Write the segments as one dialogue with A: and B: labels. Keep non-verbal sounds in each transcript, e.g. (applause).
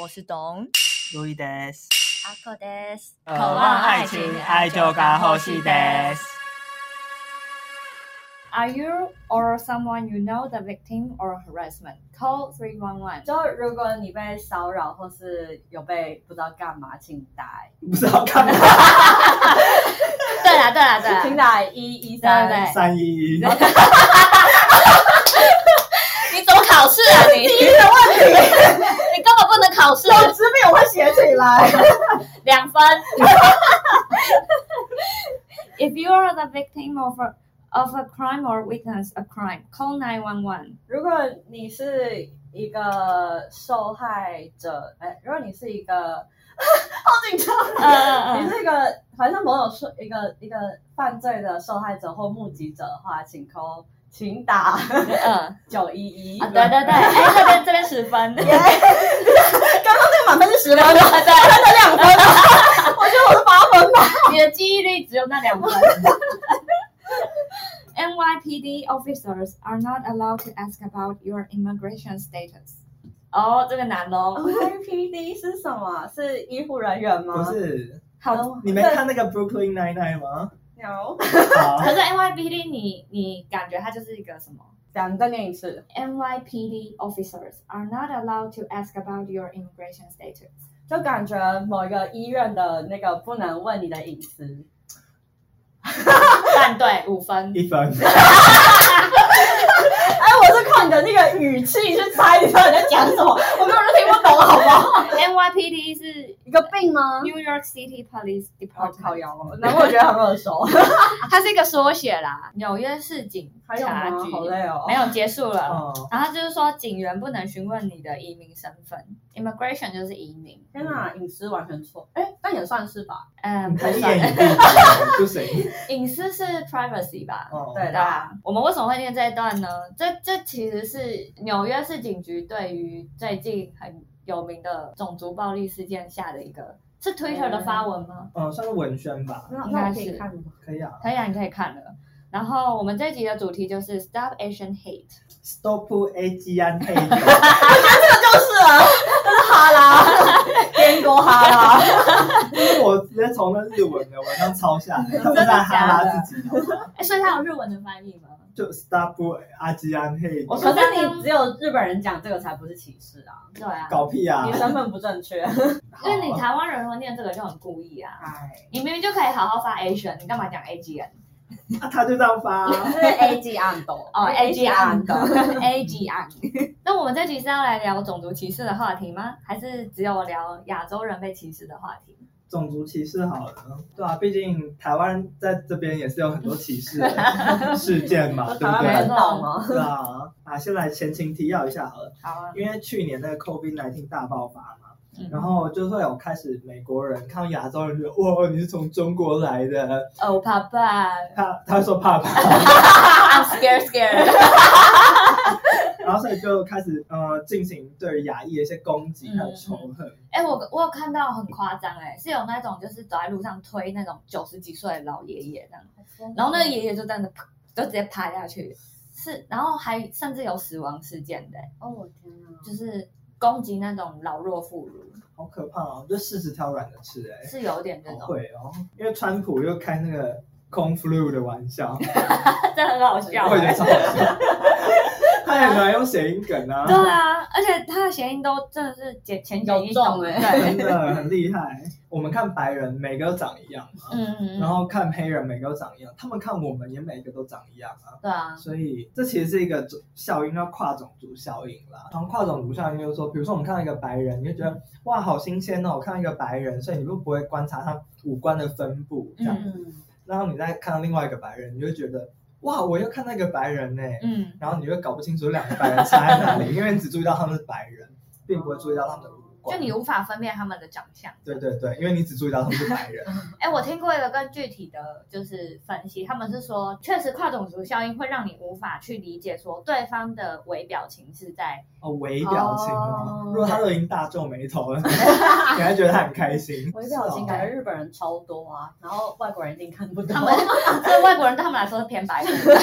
A: 我是董
B: 路易德斯，
A: 阿克德斯，
B: 渴望爱情，爱就该呼吸德。
C: Are you or someone you know the victim or harassment? Call 311。
A: 就如果你被骚扰或是有被不知道干嘛，请打
B: 不知道干嘛，
C: 对啦对啦对
A: 请
C: 啦，
A: 打一一三
C: 对对对
B: 三一一，
C: 你怎么考试啊你？
D: 第一个问题，
C: 你根本不能考试，
D: 有纸笔我会写起来。
C: (laughs) 两分。If you are the victim of a, of a crime or witness a crime, call 911.
A: 如果你是一个受害者，哎，如果你是一个， (laughs) 好紧张，
C: 嗯嗯
A: 你
C: 嗯
A: 是一个好像某种受一个一个犯罪的受害者或目击者的话，请扣，请打
C: 嗯，
A: (laughs) 九一一。
C: 啊对对对，哎这边这边十
D: (laughs)
C: 分，
A: (laughs)
C: 对
D: 这满分是十分，
C: (laughs) 对，
D: 两分，我觉得我是八分吧。
C: 你的记忆力只有那两分。NYPD (laughs) officers are not allowed to ask about your immigration status. 哦，这个难喽，
A: NYPD 是什么？是医护人员吗？
B: 不是
C: 好
A: 哦
B: 你没看那个 Brooklyn Nine Nine 吗？ (laughs)
A: No，
B: 好
C: 可是 NYPD 你你感觉它就是一个什么
A: (laughs) 讲再念一次，
C: ？NYPD officers are not allowed to ask about your immigration status。
A: 就感觉某一个医院的那个不能问你的隐私。
C: 但对五分，
B: 一分，
A: 哎，我是靠你的那个语气去猜你到底在讲什么，我根本就听不懂，好不好？
C: NYPD 是
A: (laughs) 一个病吗？
C: New York City Police
A: 好
C: Department，
A: 靠腰 (laughs) 哦，难怪我觉得很耳 (laughs) 熟。
C: 它是一个缩写啦，纽约市警
A: 还有
C: 察
A: 吗？
C: 局。
A: 好累哦。
C: 没有结束了。
B: 哦，
C: 然后就是说，警员不能询问你的移民身份，immigration 就是移民。
A: 天哪，隐私完全错。哎，但也算是吧。
C: 嗯，
B: 你
C: 不
B: 才一
C: 算
B: 言以蔽之，不行。
C: 隐私是 privacy 吧？
B: 哦，
A: 对
C: 对啊，我们为什么会念这一段呢？这这其实是纽约市警局对于最近很有名的种族暴力事件下的一个，是 Twitter 的发文吗？
B: 嗯，算是文宣吧，
A: 那
C: 应
A: 那
C: 该
A: 我
C: 是
A: 可以看
C: (laughs)
A: 吗？
B: 可以啊。
C: 可以啊，你可以看了。然后我们这集的主题就是 Stop Asian Hate。
B: Stop Asian Hate，
A: 就是啊，这是哈拉，边国哈
C: (laughs)
A: 拉。
B: 因为我直接从那日文的文章抄下来， (laughs) 他们在哈拉自己，
C: 哎，所以它有日文的翻译吗？
B: 就 Stop Asian Hate，
A: 可是你只有日本人讲这个才不是歧视啊，
C: 对 (laughs) 啊，
B: 搞屁啊
A: 你！身份不正
C: (laughs)
A: 确。
C: 因为你台湾人如果念这个就很故意啊。 (laughs)
A: 哎，
C: 你明明就可以好好发 Asian，你干嘛讲 AGN？
B: 啊他就这样发啊，
A: 是 A G 暗 (laughs) 斗
C: 哦，AGN
A: 斗。
C: (laughs) ，AGN。那 (laughs) 我们这集是要来聊种族歧视的话题吗？还是只有聊亚洲人被歧视的话题？
B: 种族歧视好了，对啊，毕竟台湾在这边也是有很多歧视的事件嘛，对不
A: 台湾人
B: 对？
A: 懂
C: (laughs)
A: 吗？
B: 对啊，啊，先来前情提要一下好了，
C: 好啊，
B: 因为去年那个 COVID 1 9大爆发嘛，
C: 嗯
B: 然后就会有开始美国人看到亚洲人觉得哇，你是从中国来的，
C: 哦，爸爸
B: 他他说怕怕，
C: ，I'm scared
A: (laughs)
C: scared。
B: 然后所以就开始呃进行对亚裔的一些攻击嗯还有仇恨，
C: 哎，我我有看到很夸张，哎，是有那种就是走在路上推那种九十几岁的老爷爷这样，然后那个爷爷就这样子，啪就直接趴下去，是，然后还甚至有死亡事件的，哎
A: 哦，我天哪！
C: 就是攻击那种老弱妇孺，
B: 好可怕哦，就柿子挑软的吃哎、
C: 是有点这
B: 好
C: 种。 (laughs)
B: 会哦，因为川普又开那个空 flu 的玩笑。
C: 这很好
B: (laughs)
C: 笑、
B: 我也觉得
C: 欸。
B: 超好笑。他也蛮用谐音梗啊，
C: 对啊，而且他的谐音都真的是简浅显易懂
A: 有中欸
C: 对，
B: 真的很厉害。我们看白人每个都长一样嘛，
C: 嗯嗯
B: 然
C: 嗯，
B: 后看黑人每个都长一样，他们看我们也每个都长一样啊。
C: 对啊，
B: 所以这其实是一个种效应，叫跨种族效应啦。然后跨种族效应就是说，比如说我们看到一个白人，你就觉得哇好新鲜哦，我看到一个白人，所以你就不会观察他五官的分布这样。
C: 嗯
A: 嗯，
B: 然后你再看到另外一个白人，你就觉得哇我又看到一个白人呢、
C: 嗯，
B: 然后你会搞不清楚两个白人差在哪里，因为你只注意到他们是白人，并不会注意到他们的五官。
C: 就你无法分辨他们的长相。
B: 对对对，因为你只注意到他们是白人。
C: 哎、我听过一个更具体的就是分析，他们是说，确实跨种族效应会让你无法去理解说对方的微表情是在
B: 哦，微表情啊，
A: 哦
B: 如果他都已经大皱眉
A: (laughs)
B: 头了，你还觉得他很开心？
A: 微表情
B: 是
A: 感觉日本人超多啊，然后外国人一定看不懂。(laughs)
C: 他们， (laughs) 对外国人对他们来说是
B: (laughs)
C: 偏白人的。
B: 哦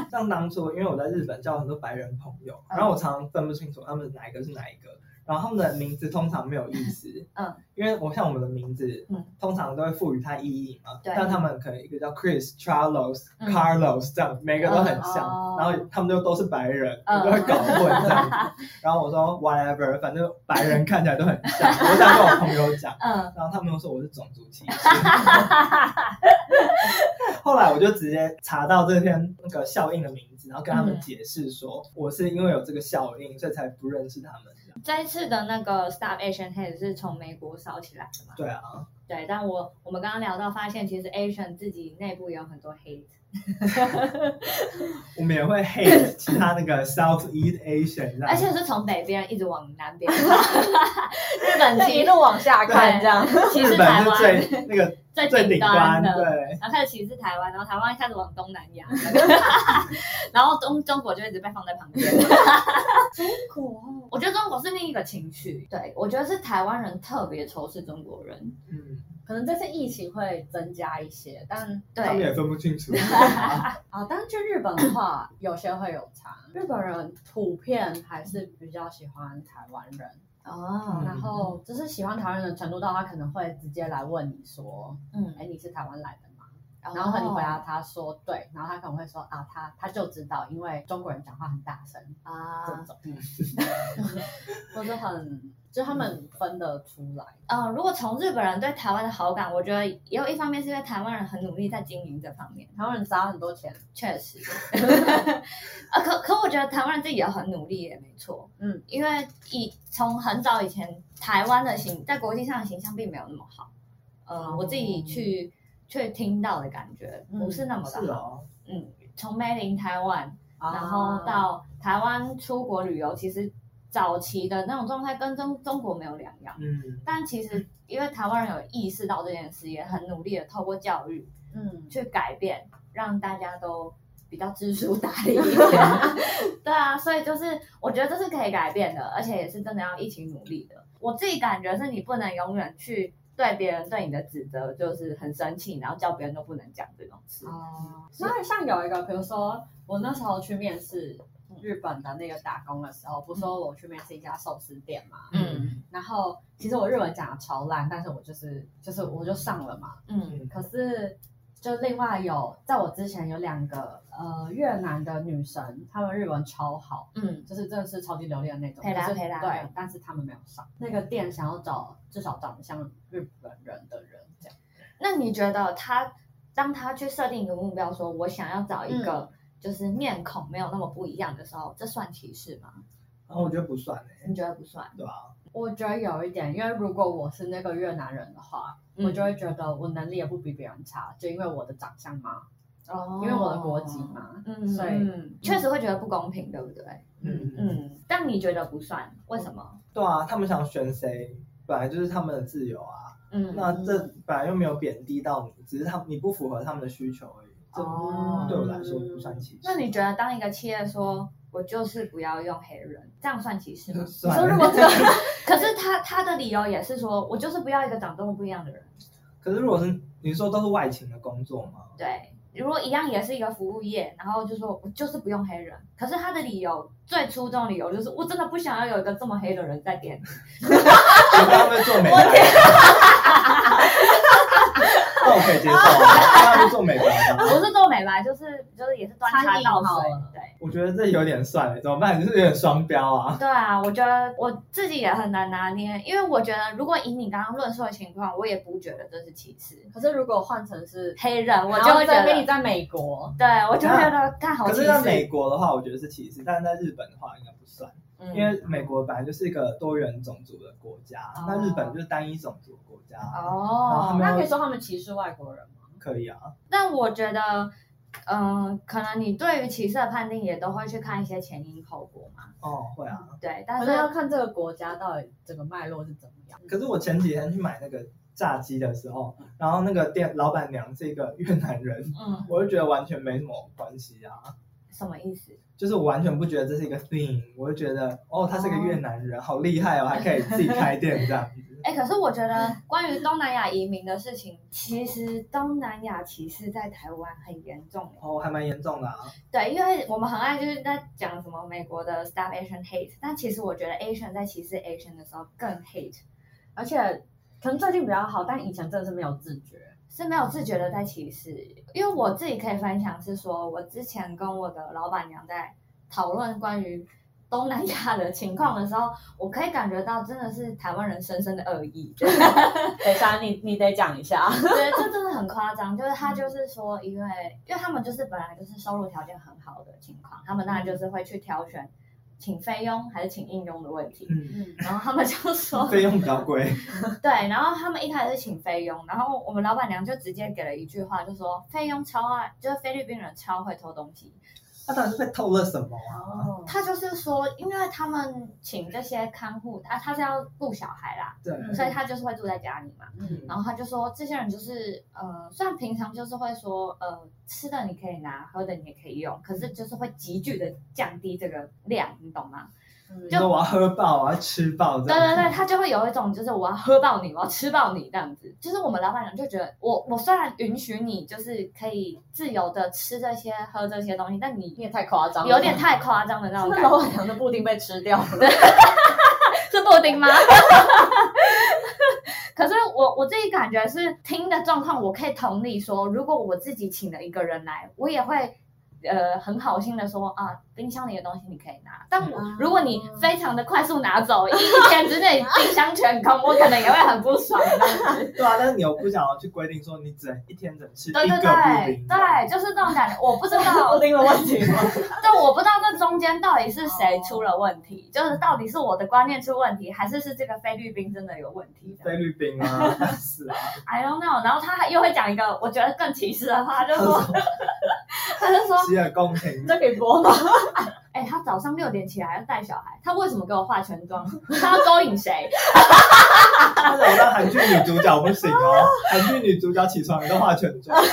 C: 嗯
B: 像当初，因为我在日本交很多白人朋友，然后我常常分不清楚他们哪一个是哪一个。然后他们的名字通常没有意思，
C: 嗯，
B: 因为我像我们的名字，
C: 嗯，
B: 通常都会赋予它意义嘛，
C: 对
B: 但他们可能一个叫 Chris、Charles、
C: 嗯
B: Carlos 这样，每个都很像，
C: 嗯哦
B: 然后他们就都是白人，
C: 嗯
B: 我都会搞混这样子。
C: (laughs)
B: 然后我说 whatever，反正白人看起来都很像，我想跟我朋友讲，
C: 嗯，
B: 然后他们又说我是种族歧视。后来我就直接查到这篇那个效应的名字，然后跟
C: 嗯
B: 他们解释说，我是因为有这个效应，所以才不认识他们。这样
C: 这一次的那个 Stop Asian Hate 是从美国烧起来的嘛？
B: 对啊，
C: 对，但我我们刚刚聊到，发现其实 Asian 自己内部也有很多 hate。
B: 我们也会
C: (laughs)
B: hate 其他那个 South East Asian，这样
C: 而且是从北边一直往南边，日本
A: 那
C: 其
A: 一路往下看这
C: (laughs)
A: 样，
C: 其
B: 日
C: 实
B: 本
C: 台
B: 是
C: 湾
B: 最那个
C: (laughs) 最
B: 最顶端，
C: 的，
B: 对，
C: 然后开始歧视台湾，然后台湾开始往东南 (laughs) 亚，然后中中国就一直被放在旁边。 (laughs)
D: 中国
C: 我觉得中国是另一个情绪，对我觉得是台湾人特别仇视中国人，
B: 嗯，
A: 可能这次疫情会增加一些，但
B: 他们
C: 对，
B: 也分不清
C: (laughs)
B: 楚。
A: 啊，但是去日本的话，有些会有差。日本人普遍还是比较喜欢台湾人，
C: 哦，
A: 然后就是喜欢台湾人的程度到他可能会直接来问你说，
C: 嗯，哦
A: 哎，你是台湾来的吗？然后你回
C: 啊
A: 答他说对，然后他可能会说啊，他他就知道，因为中国人讲话很大声，这
C: 啊，
A: 种，或者很就他们分得出来。
C: 呃，如果从日本人对台湾的好感，我觉得也有一方面是因为台湾人很努力在经营这方面。
A: 台湾人砸很多钱，
C: 确实， (laughs) 啊，可可我觉得台湾人自己也很努力，也没错，
A: 嗯，
C: 因为以从很早以前，台湾的形在国际上的形象并没有那么好，呃，
A: 哦
C: 我自己去去听到的感觉
A: 嗯
C: 不是那么
B: 是
C: 的好，
B: 哦，
C: 嗯，从 Made in 台湾，然后
A: 啊
C: 到台湾出国旅游，其实早期的那种状态跟中中国没有两样，
B: 嗯，
C: 但其实因为台湾人有意识到这件事，也很努力的透过教育，
A: 嗯，
C: 去改变，让大家都比较知书达 (laughs) 理一点。对啊，所以就是我觉得这是可以改变的，而且也是真的要一起努力的。我自己感觉是你不能永远去对别人对你的指责就是很生气，然后叫别人都不能讲这种事。
A: 哦，那像有一个，比如说我那时候去面试日本的那个打工的时候，不是说我去面试一家寿司店嘛，
C: 嗯
A: 然后其实我日文讲的超烂，但是我就是就是我就上了嘛。
C: 嗯
B: 嗯，
A: 可是就另外有在我之前有两个呃越南的女神，她们日文超好，
C: 嗯
A: 就是真的是超级流利的那种，
C: 陪拉
A: 就是
C: 陪拉
A: 对，但是她们没有上那个店，想要找至少长得像日本人的人这样。
C: 那你觉得他当他去设定一个目标，说我想要找一个就是面孔没有那么不一样的时候，这算歧视吗？
B: 然后我觉得不算欸诶，
C: 你觉得不算？
B: 对吧？
A: 我觉得有一点，因为如果我是那个越南人的话，
C: 嗯
A: 我就会觉得我能力也不比别人差，就因为我的长相嘛，
C: 哦
A: 因为我的国籍嘛，
C: 嗯，
A: 所以
C: 嗯确实会觉得不公平，对不对？
B: 嗯嗯，
C: 嗯，但你觉得不算，为什么？
B: 对啊，他们想选谁，本来就是他们的自由啊。
A: 哦
C: 嗯，
B: 那这本来又没有贬低到你，只是他你不符合他们的需求而已。这
C: 哦
B: 对我来说不算歧视。
C: 那你觉得当一个企业说我就是不要用黑人，这样算歧视吗？
A: 你
B: 算
A: 说
B: 了
A: 如果这个
C: 可是他他的理由也是说我就是不要一个长这么不一样的人。
B: 可是如果是你说都是外勤的工作吗？
C: 对，如果一样也是一个服务业，然后就说我就是不用黑人，可是他的理由最初衷的理由就是我真的不想要有一个这么黑的人在店里。
B: 我他们做美白，那我可以接受啊，他们做美白吗。
C: 不是做美白，就是就是也是端
A: 餐
C: 茶
A: 饮
C: 倒
A: 好
C: 水
A: 了。
C: 对，
B: 我觉得这有点算了，怎么办？你是不是有点双标 (laughs) 啊。
C: 对啊，我觉得我自己也很难拿捏，因为我觉得如果以你刚刚论述的情况，我也不觉得这是歧视。
A: 可是如果换成是
C: 黑人，
A: (laughs)
C: 我
A: 我
C: 就
A: 就
C: 会
A: 会
C: 觉
A: 觉
C: 得
A: 啊得，你在美国，
C: 对我就会觉得，看好
B: 可
C: 歧
B: 是在美
C: 视。
B: 国的话，我觉得是歧视，但是在日本的话应该不算，
C: 嗯
B: 因为美国本来就是一个多元种族的国家
C: 哦，
B: 那日本就是单一种族的国家，然后他
C: 哦
B: 们，
A: 那可以说他们歧视外国人吗？
B: 可以啊。
C: 但我觉得，嗯、可能你对于歧视的判定也都会去看一些前因后果嘛。
B: 哦，会啊。
C: 对，但
A: 可
C: 是
A: 能要看这个国家到底整个脉络是怎么样。
B: 可是我前几天去买那个炸鸡的时候，然后那个店老板娘是一个越南人， (laughs)
C: 嗯，
B: 我就觉得完全没什么关系啊，
C: 什么意思？
B: 就是我完全不觉哦
C: (laughs)
B: 得这是一个 thing，我就觉得哦，他是个越南人，好厉害哦，还可以自己开店这样子。
C: 哎，可是我觉得关于东南亚移民的事情，其实东南亚歧视在台湾很严重耶。
B: 哦，还蛮严重的啊。
C: 对，因为我们很爱就是在讲什么美国的 s t o p Asian hate，但其实我觉得 Asian 在歧视 Asian 的时候更 hate，
A: 而且可能最近比较好，但以前真的是没有自觉。
C: 是没有自觉的在歧视。因为我自己可以分享是说，我之前跟我的老板娘在讨论关于东南亚的情况的时候，我可以感觉到真的是台湾人深深的恶意。
A: (laughs)
C: (laughs)
A: 等一下，你你得讲一下。
C: 对，这真的很夸张。就是他就是说，因为因为他们就是本来就是收入条件很好的情况，他们当然就是会去挑选请菲佣还是请应佣的问题。
B: 嗯，
A: (laughs) 嗯，
C: 然后他们就说，
B: 费用比较贵。
C: 对，然后他们一开始是请菲佣，然后我们老板娘就直接给了一句话，就说菲佣超爱，就是菲律宾人超会偷东西。
B: 他到底是被偷了什么啊？
A: 哦，
C: 他就是说，因为他们请这些看护，啊，他是要顾小孩啦，
B: 对，
C: 所以他就是会住在家里嘛。
A: 嗯，
C: 嗯然后他就说，这些人就是呃，虽然平常就是会说呃，吃的你可以拿，喝的你也可以用，可是就是会急剧的降低这个量，你懂吗？
A: 嗯
B: 你说我要喝爆，我要吃爆，
C: 对对对，，他就会有一种就是我要喝爆你，我要吃爆你这样子。就是我们老板娘就觉得，我我虽然允许你就是可以自由的吃这些、喝这些东西，但
A: 你
C: 你
A: 也太夸张了，
C: 有点太夸张的那种
A: 那
C: 感
A: 老
C: 觉，
A: 板娘的布丁被吃掉 (laughs) 了。
C: (laughs) 是布丁吗？ (laughs) 可是我我自己感觉是听的状况，我可以同理说，如果我自己请了一个人来，我也会呃很好心的说啊，冰箱里的东西你可以拿。但我、
A: 嗯
C: 如果你非常的快速拿走，一一天之内冰箱全空，我可能也会很不爽这样子。
B: 对啊，但是你又不想要去规定说你只能一天只能吃一个啊
C: 对
B: 布
C: 对对
B: 丁，
C: 对，就是这种感觉。我不知道
A: 布，丁的 (laughs) 问题吗？
C: 但我不知道这中间到底是谁出了问题，就是到底是我的观念出问题，还是是这个菲律宾真的有问题这样
B: 菲律宾啊，
C: (laughs)
B: 是啊，
C: ？I don't know。然后他还又会讲一个我觉得更歧视的话，就说 (laughs) 他就说，
B: 洗耳恭听。啊
A: 这可以播吗？
C: 哎、他早上六点起来要带小孩，他为什么给我化全妆？他要勾引谁？
B: 他想让韩剧女主角不行哦，韩剧女主角起床也都化全妆啊，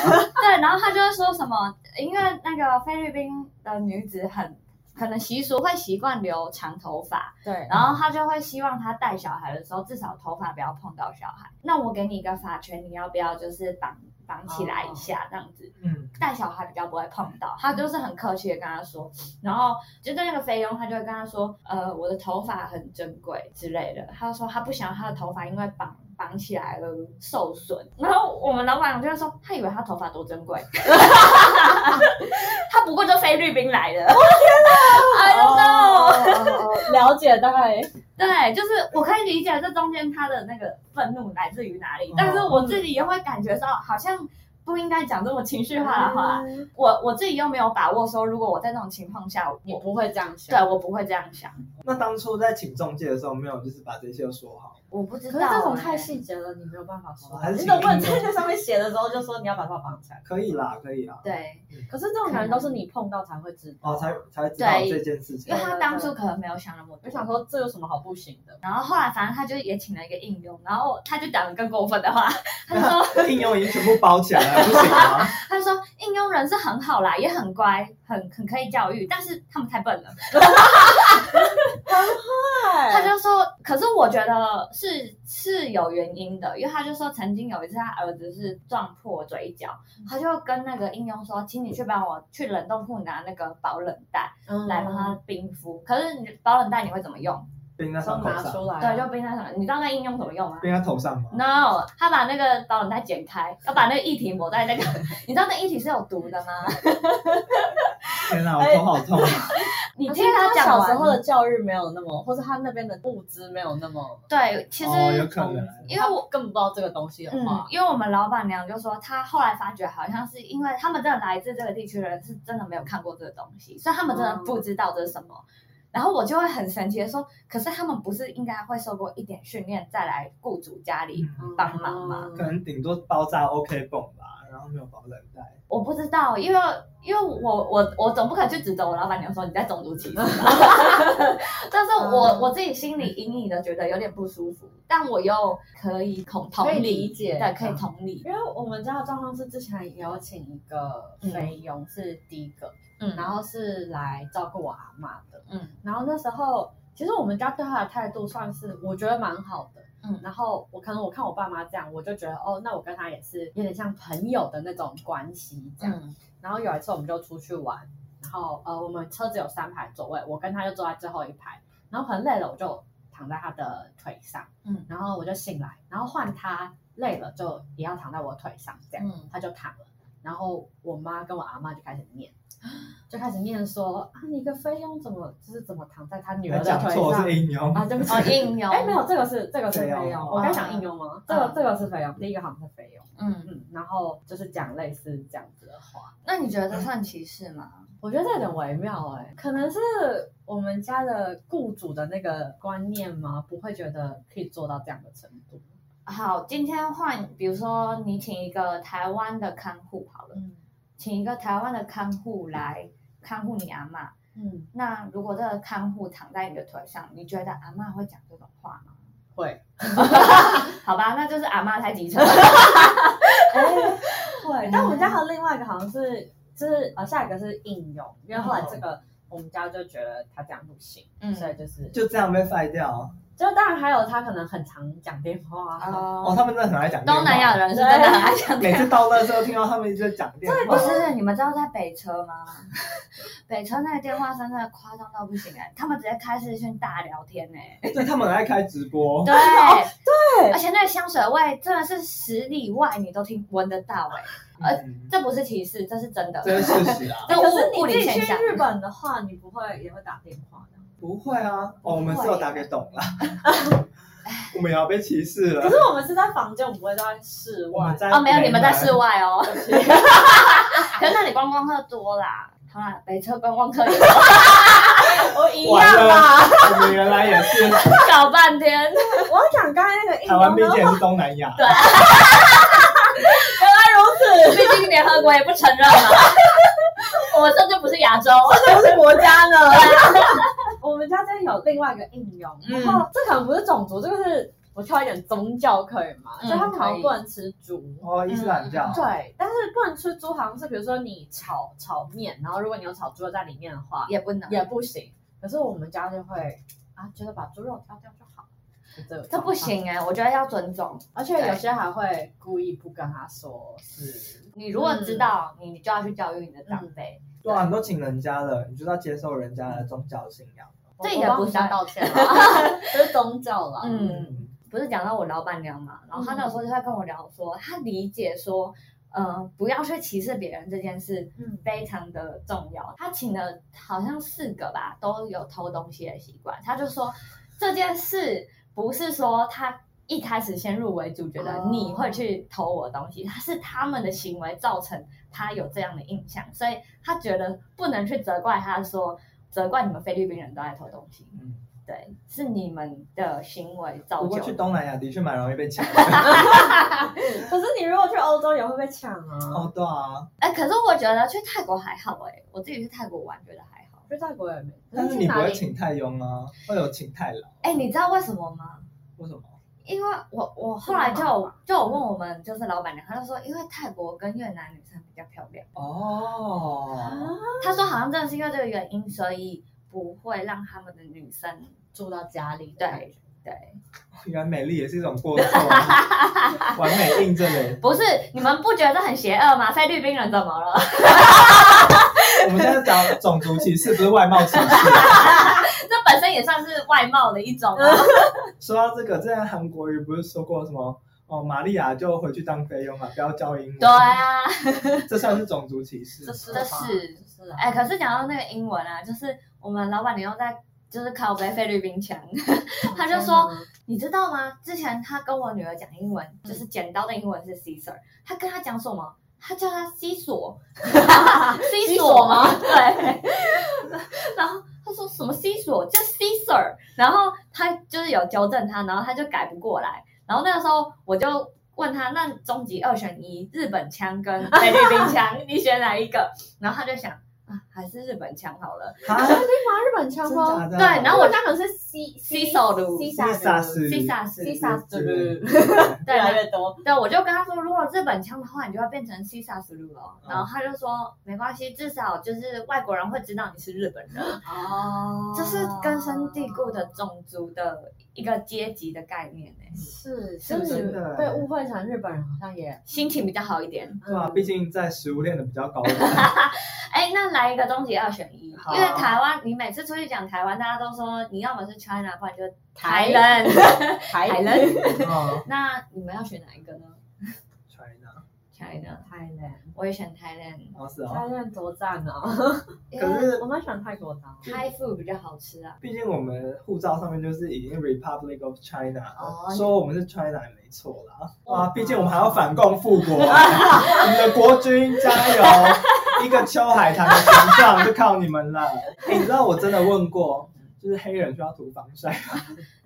C: 对，然后他就会说什么，因为那个菲律宾的女子很可能习俗会习惯留长头发，
A: 对
C: 然后他就会希望他带小孩的时候，至少头发不要碰到小孩。那我给你一个发圈，你要不要就是绑绑起来一下这样子？
B: 嗯，
C: 带小孩比较不会碰到，他就是很客气的跟他说，然后就对那个菲佣，他就会跟他说，呃，我的头发很珍贵之类的。他就说他不想要他的头发因为绑绑起来而受损。然后我们老板娘就会说，他以为他头发多珍贵， (laughs) 他不过就菲律宾来的。I (laughs) 哎 don't know。
A: 哦了解大概
C: 对，就是我可以理解这中间他的那个愤怒来自于哪里
B: 嗯，
C: 但是我自己又会感觉到好像不应该讲这么情绪化的话。我我自己又没有把握说，如果我在这种情况下，
A: 你
C: 我
A: 不会这样想
C: 对。我不会这样想，
B: 那当初在请中介的时候，没有就是把这些都说好，
C: 我不知
A: 可
C: 道、
A: 是这种
C: 欸
A: 太细节了，你没有办法说。
B: 还是
A: 你
B: 请
A: 总不能
B: 英文
A: 在这上面写的时候就说你要把头发绑起来。
B: 可以啦，可以啦，
C: 对，
A: 可是这种感觉都是你碰到才会知道。
B: 哦，才才知道这件事
C: 因
B: 情
C: 为，他当初可能没有想那么
A: 我
C: 多。
A: 想说这有什么好不行的？
C: 然后后来，反正他就也请了一个应用，然后他就讲了更过分的话， (laughs) 他就说
B: 应用已经全部包起来了，不行吗？
C: 他说应用人是很好啦，也很乖，很很可以教育，但是他们太笨了。他就说，可是我觉得是是有原因的，因为他就说曾经有一次他儿子是撞破嘴角，
A: 嗯
C: 他就跟那个应用说，请你去帮我去冷冻库拿那个保冷袋
A: 嗯
C: 来帮他冰敷。可是你保冷袋你会怎么用？
B: 冰在
A: 都
B: 伤口
A: 拿
B: 上，
A: 出来啊。
C: 对，就冰在什么？你知道那应用怎么用吗？
B: 冰在头上吗？
C: No，他把那个保冷袋剪开，要把那个液体抹在那个， (laughs) 你知道那液体是有
A: (laughs)
C: 毒的吗？
B: 天哪，我头好痛啊！
C: 你
A: 可
C: 听
A: 是他
C: 讲
A: 小
C: 完
A: 时候的教育没有那么，或者他那边的物资没有那么，
C: 对，其实、
B: 哦，有可能，
C: 因为我。
A: 我根本不知道这个东西的
C: 嗯
A: 话，，
C: 因为我们老板娘就说，她后来发觉好像是因为他们真的来自这个地区的人是真的没有看过这个东西，所以他们真的
A: 嗯
C: 不知道这是什么。然后我就会很神奇的说，可是他们不是应该会受过一点训练再来雇主家里？
B: 嗯
C: 帮忙嘛
B: 可能顶多包扎 OK 泵吧，然后没有保冷带。
C: 我不知道，因为因为我我我总不可能去指责我老板娘说你在种族歧视
A: (laughs)
C: 吧，但是我
A: 嗯
C: 我自己心里隐隐的觉得有点不舒服，但我又可以同同
A: 可以
C: 理
A: 理解嗯
C: 对，可以同理，
A: 因为我们家的状况是之前有请一个菲佣，是第一个，
C: 嗯
A: 然后是来照顾我阿妈的。
C: 嗯
A: 然后那时候，其实我们家对他的态度算是我觉得蛮好的，
C: 嗯
A: 然后我可能我看我爸妈这样，我就觉得哦，那我跟他也是有点像朋友的那种关系这样。
C: 嗯
A: 然后有一次我们就出去玩，然后呃，我们车子有三排座位，我跟他就坐在最后一排，然后很累了，我就躺在他的腿上，
C: 嗯
A: 然后我就醒来，然后换他累了就也要躺在我腿上这样。
C: 嗯，
A: 他就躺了。然后我妈跟我阿妈就开始念，就开始念说啊，你个菲佣怎么就是怎么躺在他女儿
B: 还
A: 的
B: 讲
A: 腿
B: 错
A: 上
B: 是应用，
A: 啊？对不起
C: 哦，，应用，
A: 哎，没有，这个是这个是
B: 菲佣
A: 菲佣，
B: 哦
A: 我该讲应用吗？这个这个是菲佣，第一个好像是菲佣，
C: 嗯，
A: 嗯，然后就是讲类似这样子的话，
C: 那你觉得这算歧视吗？
A: 我觉得这有点微妙哎，可能是我们家的雇主的那个观念吗？不会觉得可以做到这样的程度，
C: 好，今天换，比如说你请一个台湾的看护好了，
A: 嗯
C: 请一个台湾的看护来看护你阿妈。
A: 嗯，
C: 那如果这个看护躺在你的腿上，你觉得阿妈会讲这种话吗？
A: 会
C: 好吧，那就是阿妈太急车。嗯
A: 会，但我们家还有另外一个好像是，就是呃，下一个是应用，因为后来这个我们家就觉得他这样不行，
C: 嗯
A: 所以就是就
B: 就这样被废掉。
A: 当然还有他可能很常讲电话啊，
B: 哦，
C: 哦，
B: 他们真的很爱讲电话
C: 东南亚人是真的很爱讲
B: 每
C: 电话
B: 次到那时候听到他们一直在讲电
C: 不
B: 话，
C: 是，你们知道在北车吗？北车那个电话声真的夸张到不行哎、他们直接开视讯大聊天哎、
B: 对，他们很爱开直播。
C: (laughs) 对、
A: 对
C: 而且那个香水味真的是十里外你都听闻得到哎、呃
B: 嗯，
C: 这不是歧视，这是真的。
B: 这是事实啊，
C: 这
A: 哎可是
C: 物物
A: 你自
C: 理
A: 己
C: 现
A: 去
C: 象。呃
A: 日本的话，你不会也会打电话的。
B: 不会啊。哦，我们是有打给董啦，我们也要被歧视
A: 可
B: 了
A: 是。我们是在房间，我们不会在室
B: 我们
A: 外。
B: 在啊
C: 哦，没有，你们在室
B: 外，
C: 外哦。 (laughs) 可是那里观光客多啦。好啦，北车观光客也多
A: (laughs)
C: (laughs)
A: 我一
B: 完
A: 样啦。
B: 我们原来也是
C: 搞半天。
A: 我要讲刚才那个应
B: 台湾，
A: 用
B: 毕
A: 的话，
B: 竟
A: 原
B: 也是东南亚。
A: 来如此，
C: 毕竟联合国也不承认 (laughs) 嘛，我们甚至不是亚洲。
A: 这不是国家呢。 (laughs) 我们家这边有另外一个应用，
C: 嗯
A: 然后这可能不是种族，这个是我挑一点宗教可以吗？
C: 嗯
A: 就他们好
C: 可
A: 像
C: 以
A: 不能吃猪。
B: 哦，
C: 嗯
B: 伊斯兰教。
A: 对，但是不能吃猪，好像是比如说你炒炒面，然后如果你有炒猪肉在里面的话，
C: 也不能，
A: 也不行。可是我们家就会啊，觉得把猪肉挑掉就好，就这个
C: 这不
A: 状况。
C: 行哎、我觉得要尊重。
A: 而且有些还会故意不跟他说是，
C: 你如果知道，你就要去教育你的长辈。
B: 对啊，你都请人家了，你就要接受人家的宗教信仰。
C: 这
A: 我
C: 也
A: 我帮
C: 不
A: 我们家
C: 算
A: 道歉了， (laughs) 这是宗教啦。
C: 嗯
B: 嗯，
C: 不是讲到我老板娘嘛，然后她那时候就在跟我聊说，她理解说，呃，不要去歧视别人这件事
A: 嗯
C: 非常的重要。她请了好像四个吧，都有偷东西的习惯。她就说这件事不是说她一开始先入为主觉得
A: 哦
C: 你会去偷我东西，她是他们的行为造成她有这样的印象，所以她觉得不能去责怪她说责怪你们菲律宾人都在偷东西。
B: 嗯
C: 对，是你们的行为造
B: 不
C: 就
B: 过
C: 的。
B: 去东南亚的确蛮容易被抢。 (laughs)
A: 可是你如果去欧洲也会被抢啊，
B: 哦，对啊，
C: 哎、可是我觉得去泰国还好哎、我自己去泰国玩觉得还好。
A: 去泰国也没。
B: 但是
A: 去
B: 你不
A: 哪
B: 会
A: 里？
B: 请太佣啊，会有请太郎。
C: 哎、你知道为什么吗？
B: 为什么？
C: 因为我我后来就有就有问我们就是老板娘，她就说因为泰国跟越南女生比较漂亮，
B: 哦，
A: 啊，
C: 她说好像真的是因为这个原因，所以不会让他们的女生
A: 住到家里的感觉
C: 对对，
B: 原来美丽也是一种过错，啊
C: (laughs)
B: 完美印证了。
C: 不是你们不觉得很邪恶吗？菲律宾人怎么了？ (laughs)
B: 我们现在讲种族歧视，不是外貌歧视。
C: 这本身也算是外貌的一种啊。
B: 说到这个，之前韩国瑜不是说过什么？哦，玛利亚就回去当菲佣嘛，不要教英文。
C: 对，啊，
B: 这算是种族歧视。
A: 这是
C: 这
A: 吧
C: 是
A: 这是啊
C: 哎、可是讲到那个英文啊，就是我们老板娘又在就是靠背菲律宾腔。 (laughs) 他就说你知道吗？之前他跟我女儿讲英文，就是剪刀的英文是 Caesar，他跟他讲什么？他叫他 (laughs) 西索，西索吗？对。 (laughs) 然后他说什么西索叫 Caesar，然后他就是有纠正他，然后他就改不过来。然后那个时候我就问他，那终极二选一，日本腔跟菲律宾腔， (laughs) 你选哪一个？然后他就想啊，还是日本腔好了。
B: 啊，
A: 菲律宾吗？日本腔
B: 真
A: 吗
B: 假？的？
C: 对然
A: 然
C: 后
A: 后我那可是西
C: 西手鲁
A: 西
B: 丽莎
A: 萨
B: 是
C: Caesar 是
A: Caesar
B: 之类的
C: 对，啊然后
A: 越多。
C: 对，我就跟他说，如果日本腔的话，你就会变成西萨斯鲁了。
B: 嗯
C: 然后他就说，没关系，至少就是外国
B: 哦
C: 人会知道你是日本人，
A: 哦
C: 这是根深蒂固的种族的一个阶级的概念欸呢、
B: 嗯
A: 是，
B: 是
A: 就
B: 真
A: 是
B: 的
A: 被误会成日本人，好像也
C: 心情比较好一点。
B: 对
A: 嗯
B: 啊，毕竟在食物链的比较高的，
A: (laughs)
C: 哎，那来一个终极二选一，
B: 好
C: 因为台湾，你每次出去讲台湾，大家都说你要么是 China，不然就是
A: 台
C: 台人。
A: 台
C: 台
A: 人 (laughs)
C: 人，
B: 嗯
C: (laughs) 那你们要选哪一个呢
B: ，China，
C: ？China，
A: 台人，
C: 我也选 Thailand。
B: 哦是
A: 台
B: 哦，
A: 人多赞哦！ (laughs)
C: 因
B: 可
C: 为
B: 是
A: 我蛮喜欢泰国的啊，
C: Thai food 比较好吃啊。
B: 毕竟我们护照上面就是已经 Republic of China，了、
C: 哦
B: 说我们是 China 也没错啦。
A: 哦
B: 啊，毕竟我们还要反共复国、啊
C: (laughs)
B: 你们的国军加油！ (laughs) 一个秋海棠的形状就靠你们
C: (laughs)
B: 了。哎你知道我真的问过，就是黑人需要涂防晒 (laughs) 吗，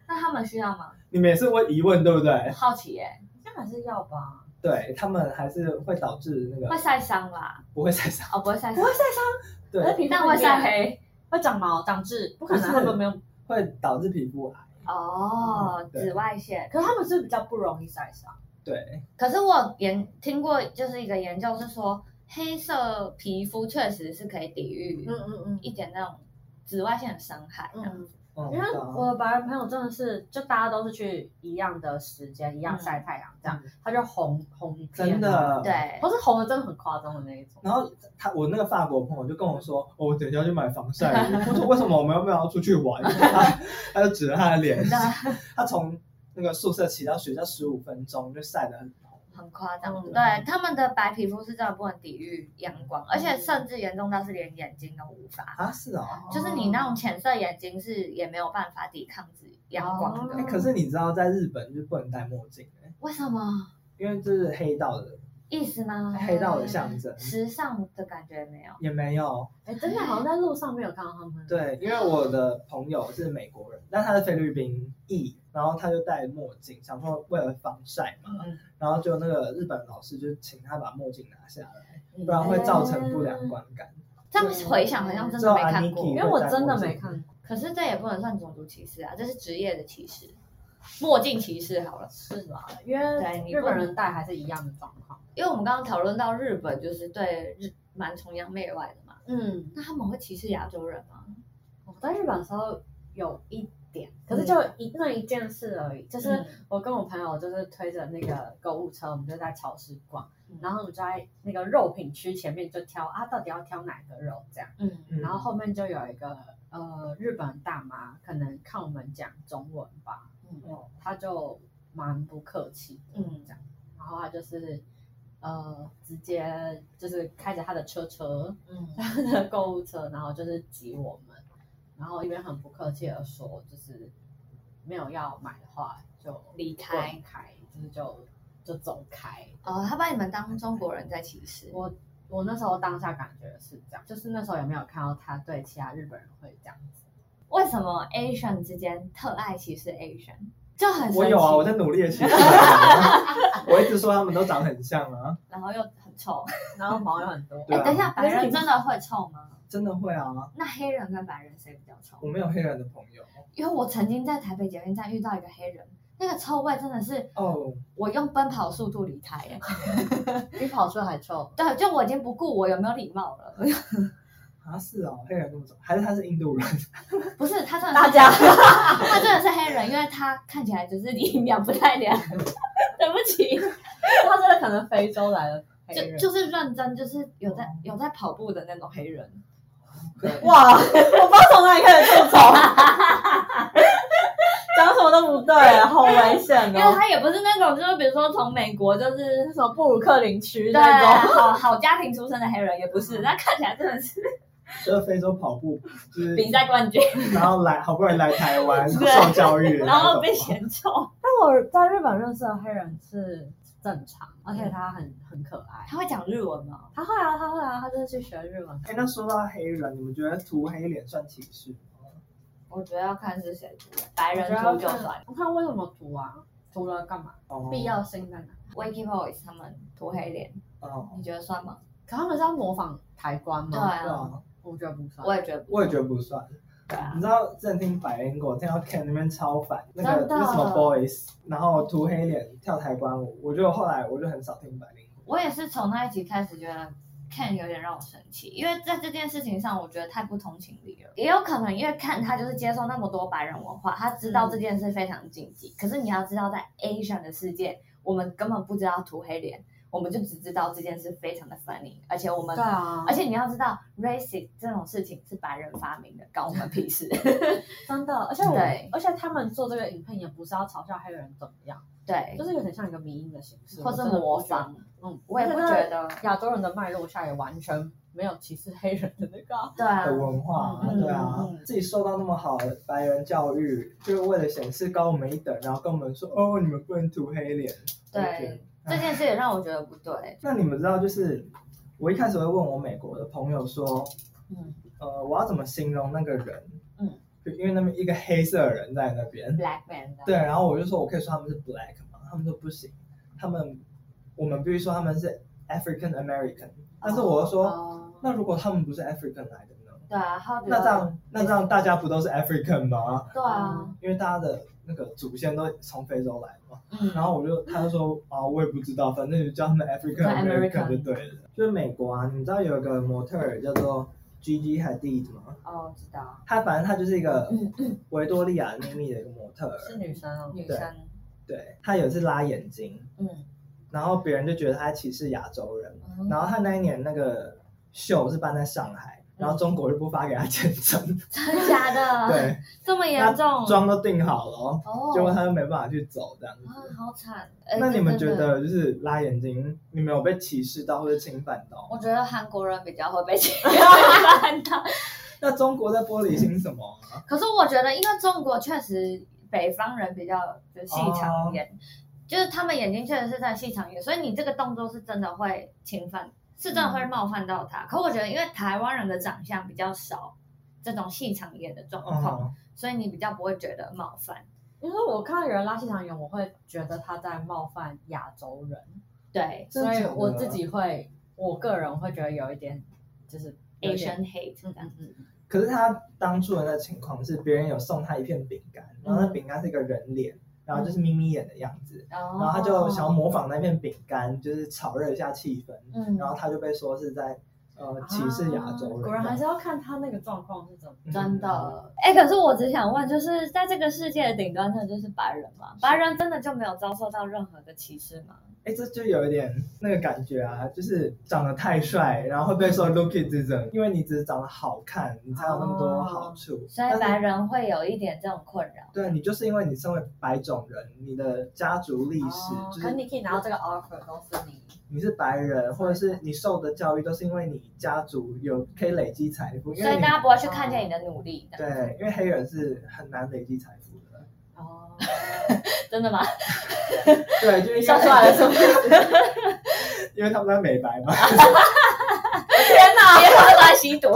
C: 那他们需要吗？
B: 你们也是问疑问对不对？
C: 好奇欸耶，
A: 应该还是要吧？
B: 对他们还是会导致那
C: 会
B: 个
C: 晒伤吧？
B: 不会晒伤，
C: 哦，不会晒
A: 不
C: 伤
A: 会，晒伤，
B: 对，
A: 皮
C: 但会晒，黑。
A: 会长毛长痣，不可能
B: 不是
A: 他们没有，
B: 会导致皮肤癌。啊
C: 哦，
B: 对
C: 紫外线。
A: 可是他们是比较不容易晒伤，
B: 对，
C: 可是我研听过，就是一个研究是说，黑色皮肤确实是可以抵御
A: 嗯嗯
C: 一点那种紫外线的伤害。嗯，
A: 嗯。
B: 嗯，
A: 因为
B: 对啊
A: 我的白人朋友真的是，就大家都是去一样的时间，一样晒太阳，这样、他就红红一片
B: 真，的
C: 啊对。
A: 不是红的真的很夸张的那一种。
B: 然后他我那个法国朋友就跟我说，哦我等一下要去买防晒衣。我说为什么我们又没有要出去玩？他他就指着他的脸，他从那个宿舍骑到学校十五分钟，就晒得很红。
C: 很夸张，
A: 嗯
C: 对他们的白皮肤是真的不能抵御阳光，而且甚至严重到是连眼睛都无法，
B: 啊，是哦。
C: 就是你那种浅色眼睛是也没有办法抵抗紫阳光的。
B: 哎，可是你知道在日本就不能戴墨镜哎，
C: 为什么？
B: 因为这是黑道的
C: 意思吗？
B: 黑道的象征，
C: 时尚的感觉没有。
B: 也没有。
A: 哎，真的好像在路上没有看到他们。，
B: 对，因为我的朋友是美国人，但他是菲律宾裔，然后他就戴墨镜，想说为了防晒嘛，
C: 嗯
B: 然后就那个日本老师就请他把墨镜拿下来，不然
C: 嗯
B: 会造成不良观感。嗯
C: 这样回想好像真的没看过，
A: 因为我真的没看过。
C: 可是这也不能算种族歧视啊，这是职业的歧视，墨镜歧视好了。
A: 是啦，因为日本人戴还是一样的状况。啊
C: 因为我们刚刚讨论到日本，就是对日蛮崇洋媚外的嘛，
A: 嗯，
C: 那他们会歧视亚洲人吗？
A: 我在日本的时候有一点，可是就一那一件事而已，就是。
C: 嗯
A: 我跟我朋友就是推着那个购物车，我们就在超市逛，
C: 嗯
A: 然后我们就在那个肉品区前面就挑啊，到底要挑哪个肉这样。
C: 嗯，
B: 嗯
A: 然后后面就有一个呃日本大妈，可能看我们讲中文吧，哦
C: 嗯
A: 她就蛮不客气的，
C: 嗯
A: 这样。然后她就是呃直接就是开着她的车车， (laughs)
C: 嗯
A: 她的购物车，然后就是挤我们，然后一边很不客气的说，就是没有要买的话就
C: 离开
A: 滚开，就是就就走开。
C: 哦，他把你们当中国人在歧视，
A: 我我那时候当下感觉是这样，就是那时候也没有看到她对其他日本人会这样子。
C: 为什么 Asian 之间特爱歧视 Asian？就很神奇
B: 我有啊，我在努力的去。
C: (laughs)
B: 我一直说他们都长得很像啊，
C: 然后又很臭。
A: 然后毛有很多。
B: 对
C: 哎、
B: 啊
C: 等一下，白
A: 可是
C: 人
A: 你
C: 真的会臭吗？
B: 真的会啊。
C: 那黑人跟白人谁比较臭
B: 我？没有黑人的朋友
C: 因为我曾经在台北捷运站遇到一个黑人，那个臭味真的是
B: 哦，
C: 我用奔跑速度离开、哎，
A: (laughs) 比跑出来还臭。
C: 对，就我已经不顾我有没有礼貌了。 (laughs)
B: 啊是哦，黑人那么丑，还是他是印度人？
C: 不是，他真
A: (laughs)
C: 的
A: 大
C: 是
A: 家
C: (laughs) 他真的是黑人，因为他看起来就是一秒不太良。对不起，
A: 他真的可能非洲来的黑
C: 就
A: 人。
C: 就是认真，就是有在有在跑步的那种黑人。
A: (laughs) 哦哇，我不知道从哪里开始吐槽， (laughs) 讲什么都不对，好危险
C: 因为
A: 哦！
C: 他也不是那种，就是比如说从美国就是
A: 什么布鲁克林区
C: 对
A: 那种，
C: 好好家庭出身的黑人也不是，
A: 嗯
C: 那看起来真的是
B: 就是非洲跑步，就是
C: 比赛冠军，
B: 然后来好不容易来台湾受教育的
C: 然
B: 那
C: 后
B: 种，
C: 被嫌臭。
A: 但我在日本认识的黑人是正常，而且他很很可爱。
C: 他会讲日文吗？
A: 他会啊，他会啊，他就是去学日文。
B: 哎，那说到黑人，你们觉得涂黑脸算歧视吗？
C: 我觉得要看是谁涂的，白人
A: 我觉得
C: 涂
A: 要
C: 就
A: 看
C: 算。
A: 我看为什么涂啊？涂了干嘛？
B: 哦
A: 必要性在哪？
C: Wiki Boys 他们涂黑脸，
B: 哦，
C: 你觉得算吗？
A: 可他们是要模仿台官
C: 对
A: 吗？
B: 对
C: 啊，
B: 啊，
A: 我觉得不算。
C: 我也觉得，
B: 我也觉得不算。
C: 对啊
B: 你。知道正听百灵果听到 Ken 那边超烦，那个
C: 真的
B: 那什么 Boys，然后涂黑脸跳台湾舞，我就后来我就很少听百灵果。
C: 我也是从那一集开始觉得 Ken 有点让我生气，因为在这件事情上，我觉得太不通情理了。也有可能因为 Ken 他就是接受那么多白人文化，他知
A: 嗯
C: 道这件事非常禁忌。可是你要知道，在 Asian 的世界，我们根本不知道涂黑脸，我们就只知道这件事非常的 funny，而且我们
A: 对啊，
C: 而且你要知道，racist 这种事情是白人发明的，关我们屁事。
A: 真的，而且我
C: (laughs) 对，
A: 而且他们做这个影片也不是要嘲笑黑人怎么样，
C: 对
A: 就，是有点像一个迷因的形式，
C: 或
A: 我
C: 是
A: 真的不
C: 模
A: 觉得
C: 仿。
A: 嗯，
C: 我也不觉得
A: 那亚洲人的脉络下也完全没有歧视黑人的那个啊。
C: 对啊
B: 的，文化啊，
A: 嗯
B: 对啊
C: 嗯，
B: 自己受到那么好的白人教育，就是为了显示高我们一等，然后跟我们说哦，你们不能涂黑脸。我觉得
C: 对，这件事也让我觉得不对。
B: 那你们知道，就是我一开始会问我美国的朋友说，
A: 嗯
B: 呃，我要怎么形容那个人？
C: 嗯，
B: 就因为那边一个黑色的人在那边，
C: Black man 的，
B: 对，然后我就说我可以说他们是 black 嘛，他们说不行，他们我们必须说他们是 African American，但是我又说、
A: 哦
B: 那如果他们不是 African 来的呢？
C: 对啊，How do
B: 那这样那这样大家不都是 African 吗？
C: 对啊，
B: 因为大家的那个祖先都从非洲来的嘛。
C: 嗯，
B: 然后我就他就说啊，我也不知道，反正就叫他们 African
C: 反正
B: American
C: American
B: 就对了。就是美国啊，你知道有一个模特儿叫做 Gigi Hadid 吗？
C: 哦，知道，
B: 她反正她就是一个
C: 嗯
B: 维多利亚秘密的一个模特儿，
A: (laughs) 是女生哦，
C: 女
B: 对
C: (laughs) 生，
B: 对，她有一次拉眼睛，
C: 嗯，
B: 然后别人就觉得她歧视亚洲人，
C: 嗯
B: 然后她那一年那个秀是办在上海，
C: 嗯
B: 然后中国就不发给她签证，
C: 真的假的？，
B: 对，
C: (laughs) 这么啊严
B: 她
C: 重，
B: 妆都定好了哦，
C: 哦，
B: 结果她就没办法去走这样子。
C: 啊，好惨。呃
B: 那你们觉
C: 这真的
B: 得就是拉眼睛，你们有被歧视到或者侵犯到吗？
C: 我觉得韩国人比较会 (laughs) 被侵犯到，
B: 那中国在玻璃心什么啊？
C: 可是我觉得，因为中国确实北方人比较就细长眼，
B: 哦
C: 就是他们眼睛确实是在细长眼，所以你这个动作是真的会侵犯，是真的会冒犯到他。可我觉得，因为台湾人的长相比较少这种细长眼的状况，
B: 嗯，
C: 所以你比较不会觉得冒犯。
A: 因为我看到有人拉细长眼，我会觉得他在冒犯亚洲人，
C: 对
B: 真的
A: 所以
B: 假的
A: 我自己会，我个人会觉得有一点就是有点
C: ，Asian hate 这
A: 嗯
C: 样
A: 嗯。嗯，
B: 可是他当初的那情况是，别人有送他一片饼干，然后
A: 嗯
B: 那饼干是一个人脸，然后就是眯眯眼的样子，
A: 嗯
C: 然
B: 然后他就想要，模仿那片饼干，就是炒热一下气氛，
C: 嗯，
B: 然后他就被说是在呃
A: 嗯
B: 歧视亚洲人，
A: 啊果然还是要看他那个状况是怎么。
B: 嗯
C: 真。的，哎、可是我只想问，就是在这个世界的顶端，那就是白人嘛？白人真的就没有遭受到任何的歧视吗？
B: 哎，这就有一点那个感觉啊，就是长得太帅，然后会被说 lookism，因为你只是长得好看，你才有那么多好处。
C: 哦所以
B: 但是
C: 白人会有一点这种困扰。
B: 对你就是因为你身为白种人，你的家族历史、
A: 哦
B: 就
A: 可
B: 是
A: 是你可以拿到这个 offer 都是你
B: 你是白人，或者是你受的教育，都是因为你家族有可以累积财富，因
C: 所
B: 为
C: 以
B: 你哦
C: 大家不会去看见你的努力，这样
B: 对，因为黑人是很难累积财富的。
A: 哦，
C: 真的吗？
B: 对，就是因
A: 笑出
B: 为
A: 来了 (laughs) 是不是？
B: 因为他们在美白嘛。 (laughs)
C: 天哪， (laughs) 别说他吸毒，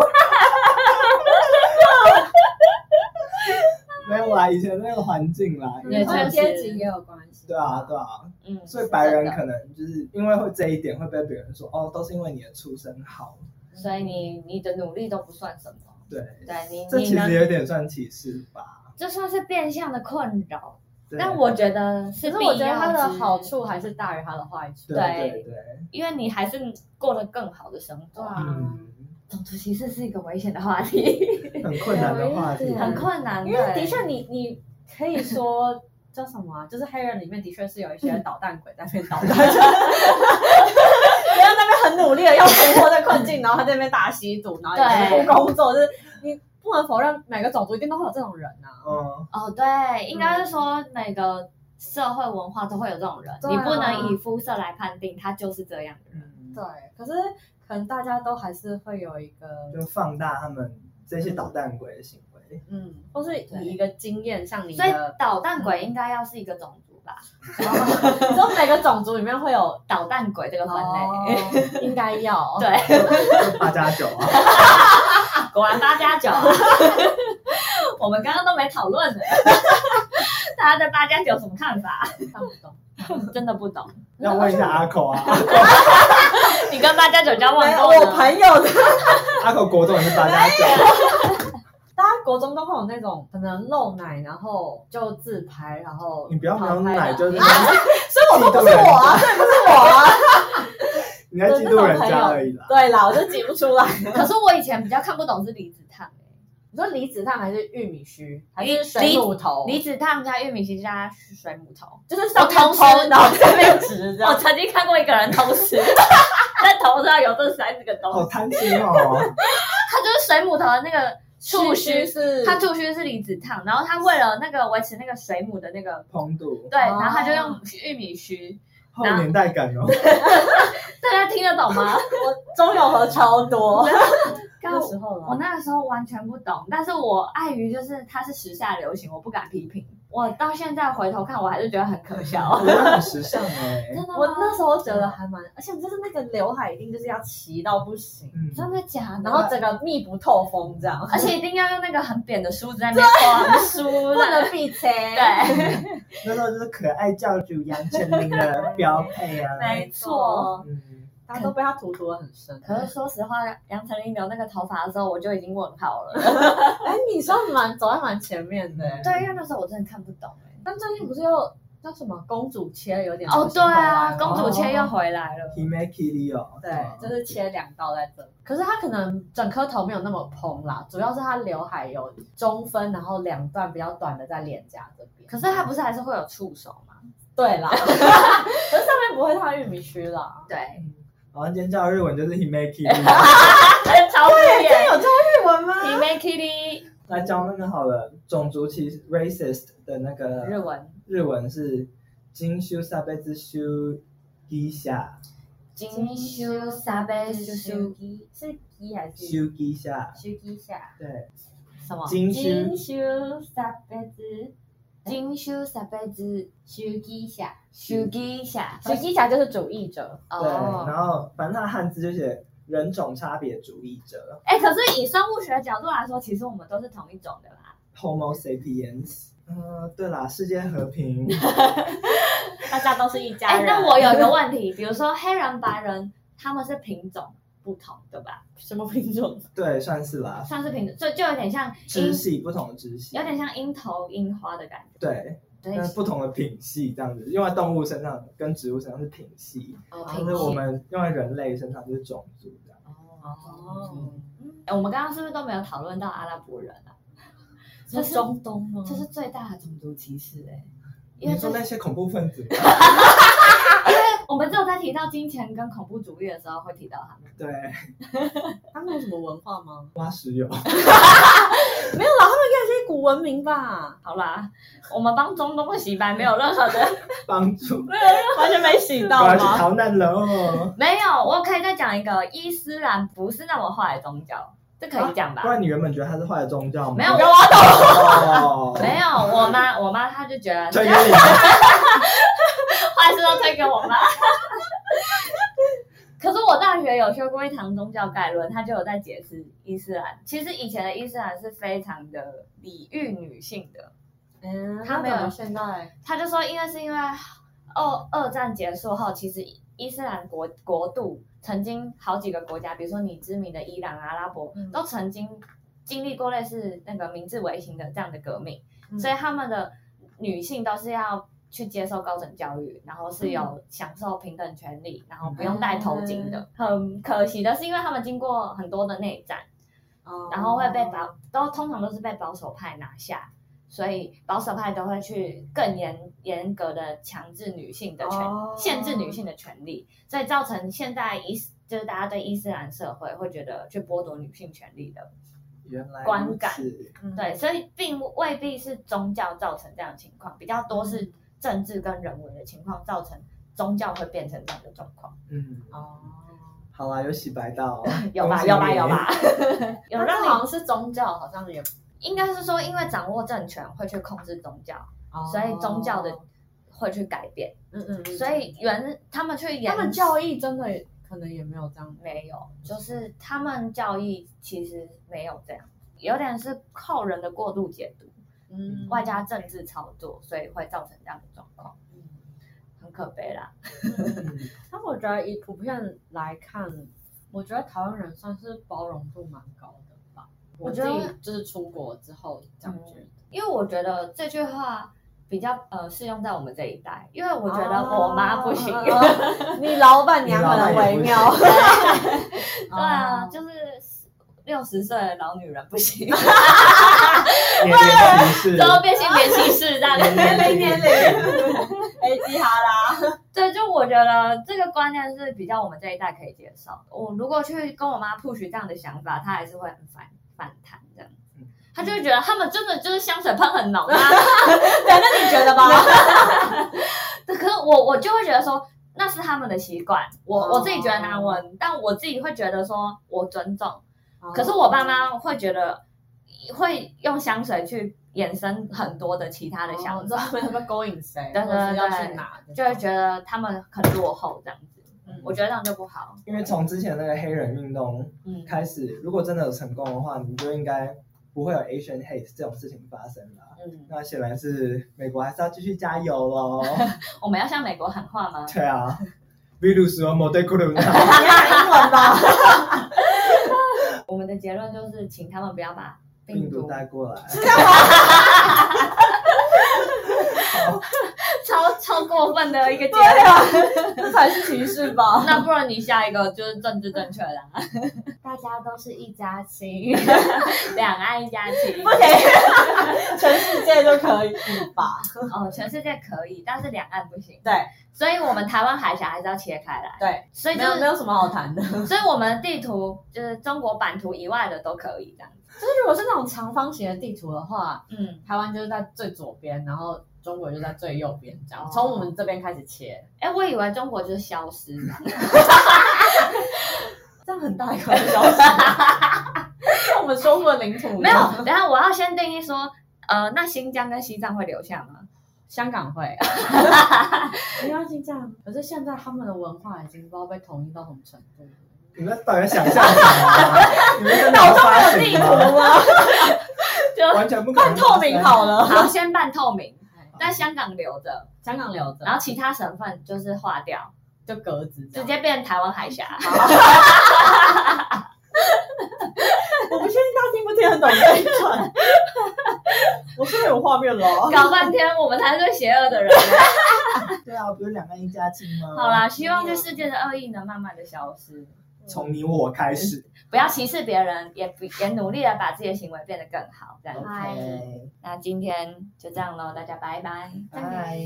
B: 没有啦，以前那个环境啦，因为
C: 也确
A: 跟
C: 实
A: 阶级也有关系。
B: 对啊，对啊，
C: 嗯，
B: 所以白人
C: 是真
B: 可能就是因为会这一点会被别人说哦，都是因为你的出身好。
C: 的，所以你你的努力都不算什么，
B: 对，
C: 对你
B: 这
C: 你
B: 其实
C: 能
B: 有点算歧视吧。
C: 这算是变相的困扰，
B: 对
C: 但我觉得
A: 可
C: 是
A: 是
C: 必
A: 我
C: 要
A: 觉得它的
C: 之
A: 好，处还是大于它的坏处。
B: 对
C: 对
B: 对对，
C: 因为你还是过得更好的生
A: 对
C: 活。
A: 啊，
B: 嗯。
C: 种族歧视是一个危险的话题，
B: 很困难的话题
A: 对，
C: (laughs) 很困难
A: 因为的确你你可以说叫什么啊？就是黑人里面的确是有一
C: 嗯
A: 些捣蛋鬼在那边捣蛋，就是别人在那边很努力的要突破这困境，然后他在那边大吸毒，然后也是不工作，就是你不能否认每个种族一定都会有这种人啊。
B: 嗯，
C: 哦，对，应该是说每个社会文化都会有这种人，
A: 对啊
C: 你不能以肤色来判定他就是这样的人。
A: 对，可是可能大家都还是会有一个
B: 就放大他们这些捣蛋鬼的行为。
A: 嗯，或是以一个经验像你
C: 所以
A: 的，嗯
C: 捣蛋鬼应该要是一个种族吧？
A: (laughs) 你说每个种族里面会有
C: 捣蛋鬼这个分类，
A: 哦， (laughs) 哦应该要
C: 对
B: 八加九啊，
C: (laughs) 果然八加九啊。 (laughs) 我们刚刚都没讨论呢， (laughs) 大家对八加九有什么看
A: (laughs)
C: 法？
A: 看不懂。
C: 真的不懂。
B: 要问一下阿口
C: (laughs)
B: 啊，
C: 你跟八加九交往
A: 没有
C: 过
A: 我
C: 吗？
A: 朋友的，
B: 阿口国中也是八加
C: (laughs)
B: 九，
A: 大家国中都会有那种可能露奶，然后就自拍，然后
B: 你不要没有
A: 跑拍
B: 奶
A: 的
B: 就是
A: 啊所以我说不是
B: 嫉妒人
A: 我啊，对，不是我啊，
B: 你你在嫉妒人家而已
C: (laughs)
B: 啦。
A: 对啦，我就挤不出来。
C: 可是我以前比较看不懂是离子烫、欸
A: 你说离子烫还是玉米须，还
C: 离
A: 是水母头？
C: 离子烫加玉米须加水母头。
A: 就是上面
C: 我同哦时
A: 通然后下面直这
C: 我
A: 样。
C: 曾经看过一个人同
A: (laughs)
C: 时在头上有这三个东
B: 好
A: 哦
C: 西，
B: 贪心哦！ (laughs)
C: 他就是水母头的那个触须
A: 是
C: 他触须是离子烫，然后他为了那个维持那个水母的那个，
B: 蓬度，
C: 对，
A: 哦
C: 然后他就用玉米须。
B: 好有年代感
C: (laughs)
B: 哦。
C: 大家听得懂 (laughs) 吗？
A: 中永和超多。那时
C: 我
A: 候啊
C: 我
A: 了，
C: 那个时候啊完全不懂，但是我碍于就是它是时下流行，我不敢批评。我到现在回头看，我还是觉得很可笑
B: 我。觉得很时尚哎。
C: (laughs) 真的
A: 我那时候觉得还蛮，而且就是那个刘海一定就是要齐到不行，
B: 嗯，
C: 真的假的？
A: 然后整个密不透风这样，
C: 而且一定要用那个很扁的梳子在那边刮梳，
A: 不能闭塞。
C: (laughs) 对。
B: 那时候就是可爱教主杨丞琳的标配
C: (laughs)
B: 啊。
C: 没错。
B: 嗯，
A: 大家都被他涂涂的很深。
C: 可是说实话，杨丞琳留那个头发的时候，我就已经问号了。 (laughs)
A: 哎，你算蛮走在蛮前面的欸。
C: 对，因为那时候我真的看不懂哎、
A: 但最近不是又叫什么公主切有点
C: 哦，对
A: 流行回来
C: 啊，
A: 了哦
C: 公主切又回来了。
B: h i m a k i r i 哦，
A: 对，就是切两刀在这里。可是她可能整颗头没有那么蓬啦，主要是她刘海有中分，然后两段比较短的在脸颊这边。
C: 可是她不是还是会有触手吗？
A: 对啦，可 (laughs) 是上面不会烫玉米须啦。
C: 对，
B: 好像今天教日文就是 h i m a k
C: (laughs)
B: i r i
C: 超敷衍。
A: 有教日文吗
C: 你 make kitty
B: 来教那个好了，种族歧视 racist 的那个
C: 日文
B: 日文是金修萨贝兹修一下
A: 金
C: 修沙贝
A: 修鸡是鸡还是
B: 修一下，
A: 修鸡下？
B: 对，
C: 什么？
B: 金
A: 金
B: 修
A: 修三辈子
C: 金修沙贝子
A: 修鸡下，
C: 修吉下
A: 修鸡下就是主义者。哦
B: 对，
C: 哦
B: 然。后反正它的汉字就写人种差别主义者
C: 哎、可是以生物学角度来说，其实我们都是同一种的啦。
B: （Homo sapiens）。呃，对啦，世界和
C: (laughs)
B: 平，
A: 大家都是一家
C: 哎、
A: 人。
C: 那我有一个问题，比如说黑人、白人，他们是品种不同，对吧？
A: 什么品种？
B: 对，算是
C: (laughs)
B: 啦，
C: 算是品种，就就有点像
B: 支
C: 樱，
B: 系不同的支系
C: 有，点像樱桃、樱花的感觉。
B: 对，
C: 对，
B: 那不同的品系这样子，用在动物身上跟植物身上是品系，
C: 哦
B: 但是我们用在人类身上就是种族这样。
A: 哦，
C: 哎，我们刚刚是不是都没有讨论到阿拉伯人啊？这是
A: 中东吗？
C: 这是最大的种族歧视哎、因
B: 你
C: 为
B: 说
C: 这
B: 那
C: 是
B: 些恐怖分
C: (laughs)
B: 子吗？
C: 我们只有在提到金钱跟恐怖主义的时候会提到他们。
B: 对，
A: 他们有什么文化吗？
B: 挖石
A: (laughs)
B: 油，
A: 没有啦，他们应该是古文明吧，
C: 好啦，我们帮中东的洗白没有任何的，
B: 帮助
A: 完全没洗
B: 我要去？逃难了哦。
C: 没有。我可以再讲一个，伊斯兰不是那么坏的宗教，这可以讲吧？
B: 不然你原本觉得他是坏的宗教吗？
C: 没有
A: 有啊，
B: 哦，
C: 没有，我妈我妈她就觉得
B: 推给你吗，
C: 坏事都推给我妈。 (laughs) 可是我大学有修过一堂宗教概论，他就有在解释伊斯兰。其实以前的伊斯兰是非常的礼遇女性的，
A: 嗯，
C: 他没有
A: 那怎么现在
C: 他就说，因为是因为二二战结束后，其实伊斯兰国国度曾经好几个国家，比如说你知名的伊朗、阿拉伯，
A: 嗯
C: 都曾经经历过类似那个明治维新的这样的革命，
A: 嗯
C: 所以他们的女性都是要去接受高等教育，然后是
A: 嗯
C: 有享受平等权利，然后不用戴头巾的。
A: 嗯
C: 很可惜的是，因为他们经过很多的内战，
A: 哦
C: 然后会被保，都通常都是被保守派拿下，所以保守派都会去更严严格的强制女性的权，
A: 哦
C: 限制女性的权利，所以造成现在伊斯就是大家对伊斯兰社会会觉得去剥夺女性权利的，
B: 原来
C: 观
B: 如
C: 感
B: 此
A: 嗯
C: 对，所以并未必是宗教造成这样的情况，比较多是政治跟人为的情况造成宗教会变成这样的状况，，
B: (laughs) 嗯，
A: 哦，
B: 好啦，有洗白到
C: (laughs) 有吧？
B: 恭喜
C: 有吧？
B: 你
C: 有吧？？ (laughs) 有
A: 那这
C: 让
A: 好
C: 你
A: 像是宗教，好像也，
C: 应该是说，因为掌握政权会去控制宗教。
A: 哦
C: 所以宗教的，会去改变。
A: 嗯嗯，嗯
C: 所以原他们去研
A: 他们教义真的可能也没有这样，
C: 没有，就是他们教义其实没有这样，有点是后人的过度解读，
A: 嗯
C: 外加政治操作，所以会造成这样的状况，很可悲啦。
B: 嗯
A: 但我觉得以普遍来看，我觉得台湾人算是包容度蛮高的吧。
C: 我
A: 我
C: 觉
A: 觉
C: 得
A: 得就是出国之后这样觉得，
C: 因为我觉得这句话比较呃适用在我们这一代，因为我觉得我妈不 (laughs) 行。
A: 哦你老板娘很微妙。
B: 你老板
C: 对
A: 哦
C: 啊，就是六十岁的老女人不行，
B: 年龄
C: (laughs)
B: 歧视
C: 最，后变性别歧视这样。 (laughs)
B: 年龄歧视。
A: 哎，吉哈啦，
C: 对，就我觉得这个观念是比较我们这一代可以接受的。我如果去跟我妈 push 这样的想法，她还是会很反反弹这样
B: 嗯。
C: 她就会觉得他们真的就是香水喷很浓啊。 (laughs)
A: 对，那你觉得吧？ (laughs)
C: 可是我我就会觉得说那是他们的习惯，我、
A: 哦
C: 我自己觉得难闻，但我自己会觉得说我尊重。
A: 哦
C: 可是我爸妈会觉得会用香水去衍生很多的其他的
A: 想，
C: 想
A: 哦我知
C: 法
A: 道他们要不要勾引谁，
C: 对对
A: 或者是要去
C: 对
A: 哪，
C: 就会觉得他们很落后这样子。
A: 嗯
C: 我觉得这样就不好。
B: 因为从之前那个黑人运动
C: 嗯，
B: 开始，如果真的有成功的话，你就应该不会有 Asian hate 这种事情发生啦。
C: 嗯，
B: 那显然是美国还是要继续加油
C: (laughs)
B: 喽。
C: 我们要向美国喊话吗？
B: 对啊，virus 和 m o d e c u l a
A: 你要英文
C: (laughs)
A: 吧？
C: 我们的结论就是，请他们不要把病
B: 病
C: 毒
B: 毒带过来，
A: 是这样吗？
C: 超超过分的一个结
A: 对
C: 论。 (laughs)
A: 啊，这才是歧视吧？
C: 那不然你下一个就是政治正确啦，
A: (laughs)
D: 大家都是一家亲，
C: 两岸一家亲。
A: 不行， (laughs) 全世界都可以吧？
C: 哦，全世界可以，但是两岸不行。
A: 对，
C: 所以我们台湾海峡还是要切开来。
A: 对，
C: 所以就
A: 没有没
C: 是，
A: 有什么好谈的。就是
C: 所以我们的地图就是中国版图以外的都可以这样子。
A: 如果是那种长方形的地图的话，
C: 嗯，
A: 台湾就是在最左边，然后中国就在最右边，这样
C: 哦
A: 从我们这边开始切，
C: 哎，我以为中国就是消失了，
A: 这样很大一块的消息。我们说过领土
C: 没有。等一下我要先定义说，呃，那新疆跟西藏会留下 (laughs) 吗？
A: 香港会，没关系这样。可是现在他们的文化已经不知道被统一到什么程度了。
B: 你们到底在想象什么啊？你们在脑中
A: 地图吗？
B: 完全不可
A: 半
B: 能啊
A: 透明好了，
C: 好，先办透 (laughs) 明，
A: 哎
C: 但香港留着，
A: 香港留着，
C: 然后其他省份就是划掉，
A: 就格子这
C: 直
A: 样
C: 接变台湾海 (laughs) 峡。
A: 我不确定大家听不听得懂这一 (laughs) 段。我是有画面了啊
C: 搞半天，我们才是最邪恶 (laughs) 的人。
B: 对啊，不是两岸一家亲吗？
C: 好，啦，希望这世界的恶意能慢慢的消失。
B: 从你我开始。
C: 不要歧视别人，也不也努力的把自己的行为变得嗯更好，这样。
D: 嗨
B: OK，
C: 那今天就这样喽，大家拜拜。
B: 拜。